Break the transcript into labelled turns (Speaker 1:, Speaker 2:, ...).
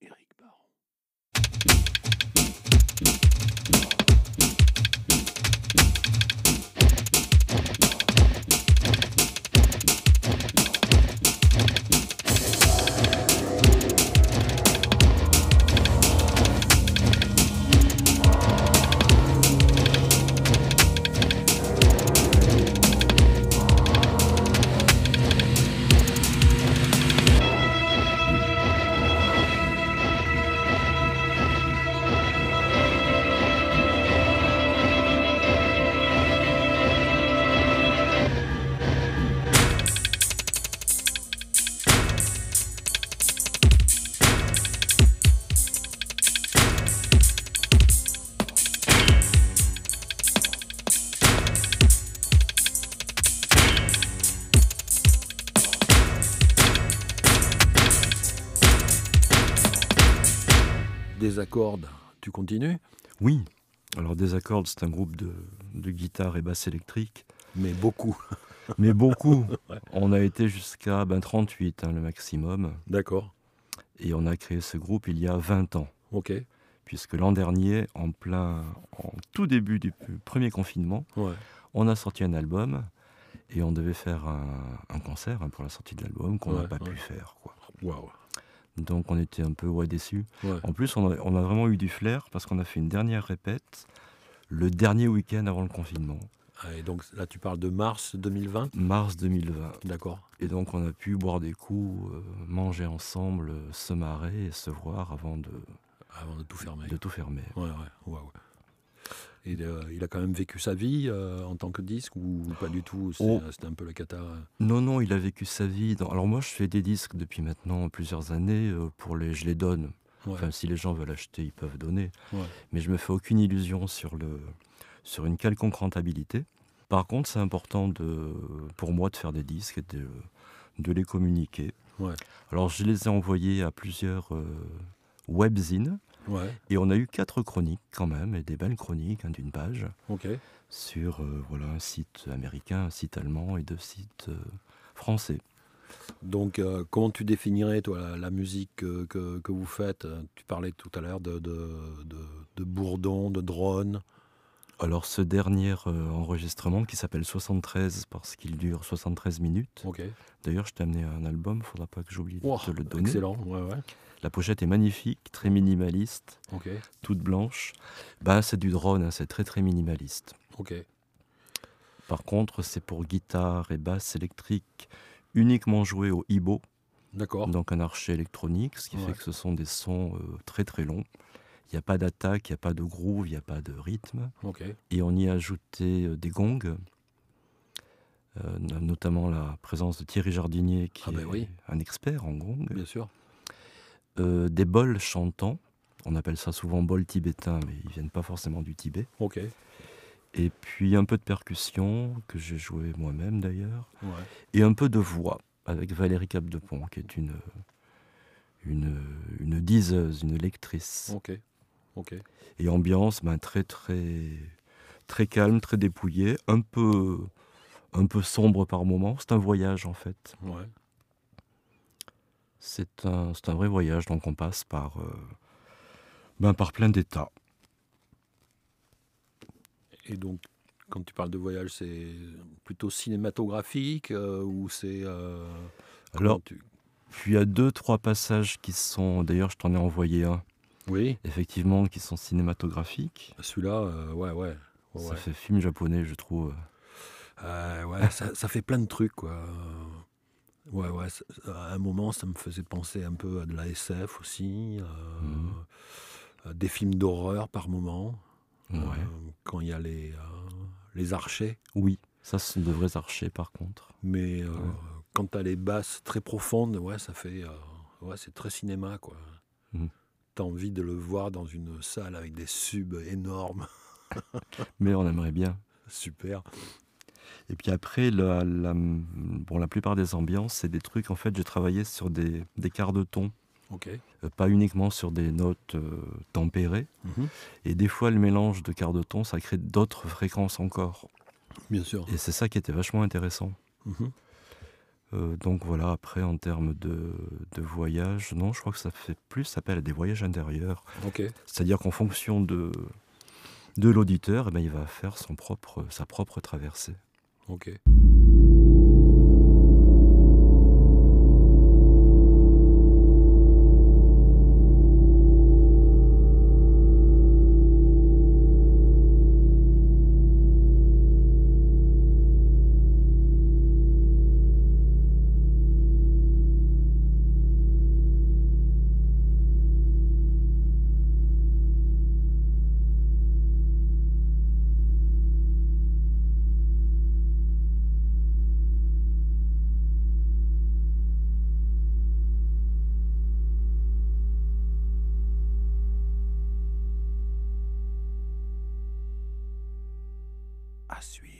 Speaker 1: Éric Baron. Désaccord, tu continues
Speaker 2: Oui. Alors Désaccord, c'est un groupe de, de guitare et basse électrique.
Speaker 1: Mais beaucoup.
Speaker 2: Mais beaucoup. On a été jusqu'à ben, 38, hein, le maximum.
Speaker 1: D'accord,
Speaker 2: Et on a créé ce groupe il y a 20 ans.
Speaker 1: ok.
Speaker 2: Puisque l'an dernier, en plein, en tout début du p- premier confinement,
Speaker 1: Ouais.
Speaker 2: on a sorti un album et on devait faire un, un concert hein, pour la sortie de l'album qu'on n'a
Speaker 1: Ouais,
Speaker 2: pas
Speaker 1: ouais.
Speaker 2: pu faire. quoi.
Speaker 1: Waouh.
Speaker 2: Donc on était un peu ouais, déçus.
Speaker 1: Ouais.
Speaker 2: En plus, on a, on a vraiment eu du flair parce qu'on a fait une dernière répète le dernier week-end avant le confinement,
Speaker 1: Ah, Et donc là, tu parles de mars 2020
Speaker 2: mars 2020.
Speaker 1: D'accord.
Speaker 2: Et donc on a pu boire des coups, euh, manger ensemble, euh, se marrer et se voir avant de,
Speaker 1: Avant de tout fermer.
Speaker 2: de tout fermer.
Speaker 1: Ouais, ouais, waouh. Et euh, il a quand même vécu sa vie euh, en tant que disque ou pas du tout C'est-
Speaker 2: Oh.
Speaker 1: C'était un peu la cata. euh.
Speaker 2: Non, non, il a vécu sa vie. dans- Alors moi je fais des disques depuis maintenant plusieurs années, euh, pour les... je les donne.
Speaker 1: Ouais.
Speaker 2: Enfin si les gens veulent acheter, ils peuvent donner.
Speaker 1: Ouais.
Speaker 2: Mais je me fais aucune illusion sur, le... sur une quelconque rentabilité. Par contre c'est important de... pour moi de faire des disques et de, de les communiquer.
Speaker 1: Ouais.
Speaker 2: Alors je les ai envoyés à plusieurs euh, webzines.
Speaker 1: ouais,
Speaker 2: Et on a eu quatre chroniques quand même, et des belles chroniques hein, d'une page,
Speaker 1: ok.
Speaker 2: sur euh, voilà, un site américain, un site allemand et deux sites euh, français.
Speaker 1: Donc, euh, comment tu définirais, toi, la, la musique que, que- que vous faites Tu parlais tout à l'heure de, de, de, de bourdon, de drone.
Speaker 2: Alors ce dernier euh, enregistrement qui s'appelle 73 parce qu'il dure 73 minutes.
Speaker 1: Ok.
Speaker 2: D'ailleurs je t'ai amené un album, faudra pas que j'oublie de
Speaker 1: Ouah,
Speaker 2: te le donner.
Speaker 1: Excellent, ouais, ouais.
Speaker 2: La pochette est magnifique, très minimaliste,
Speaker 1: Ok,
Speaker 2: toute blanche. Bah c'est du drone, hein, c'est très très minimaliste.
Speaker 1: ok.
Speaker 2: Par contre c'est pour guitare et basse électrique, uniquement joué au hibo.
Speaker 1: D'accord.
Speaker 2: donc un archet électronique, ce qui
Speaker 1: Ouais.
Speaker 2: fait que ce sont des sons euh, très très longs. Il n'y a pas d'attaque, il n'y a pas de groove, il n'y a pas de rythme.
Speaker 1: Ok.
Speaker 2: Et on y a ajouté euh, des gongs, euh, no- notamment la présence de Thierry Jardinier, qui
Speaker 1: Ah ben
Speaker 2: est
Speaker 1: oui.
Speaker 2: un expert en gong.
Speaker 1: Bien sûr.
Speaker 2: Euh, des bols chantants, on appelle ça souvent bols tibétains, mais ils viennent pas forcément du Tibet.
Speaker 1: Ok.
Speaker 2: Et puis un peu de percussion, que j'ai joué moi-même d'ailleurs.
Speaker 1: Ouais.
Speaker 2: et un peu de voix avec Valérie Capdepont, qui est une, une, une diseuse, une lectrice.
Speaker 1: Ok. Ok.
Speaker 2: Et ambiance ben, très, très, très calme, très dépouillée, un peu, un peu sombre par moments. C'est un voyage en fait.
Speaker 1: Ouais.
Speaker 2: C'est un, c'est un vrai voyage, donc on passe par, euh, ben, par plein d'états.
Speaker 1: Et donc, quand tu parles de voyage, c'est plutôt cinématographique euh, ou c'est. euh, comment
Speaker 2: Alors,
Speaker 1: tu-
Speaker 2: puis il y a deux, trois passages qui sont, d'ailleurs je t'en ai envoyé un,
Speaker 1: Oui.
Speaker 2: effectivement, qui sont cinématographiques.
Speaker 1: Celui-là, euh, ouais, ouais. Ouais,
Speaker 2: Ça
Speaker 1: ouais.
Speaker 2: fait film japonais, je trouve.
Speaker 1: Euh, ouais, ça, ça fait plein de trucs, quoi. Euh, Ouais, ouais. ça- À un moment, ça me faisait penser un peu à de la SF aussi, euh,
Speaker 2: Mhm.
Speaker 1: à des films d'horreur par moment,
Speaker 2: Ouais.
Speaker 1: euh, quand il y a les, euh, les archers.
Speaker 2: Oui, ça ce sont de vrais archers par contre.
Speaker 1: Mais euh, quand t'as les basses très profondes, ouais, ça fait. euh, ouais, c'est très cinéma, quoi.
Speaker 2: Mhm.
Speaker 1: T'as envie de le voir dans une salle avec des subs énormes.
Speaker 2: Mais on aimerait bien.
Speaker 1: Super.
Speaker 2: Et puis après, la, la- bon, la plupart des ambiances, c'est des trucs, en fait, j'ai travaillé sur des, des quarts de ton,
Speaker 1: Ok.
Speaker 2: euh, pas uniquement sur des notes euh, tempérées.
Speaker 1: Mhm.
Speaker 2: Et des fois, le mélange de quarts de ton, ça crée d'autres fréquences encore.
Speaker 1: Bien sûr.
Speaker 2: Et c'est ça qui était vachement intéressant.
Speaker 1: Mhm.
Speaker 2: Euh, donc voilà, après en termes de, de voyage, non, je crois que ça fait plus appel à des voyages intérieurs.
Speaker 1: Ok.
Speaker 2: C'est-à-dire qu'en fonction de, de l'auditeur, eh ben, il va faire son propre, sa propre traversée.
Speaker 1: Ok. À suivre.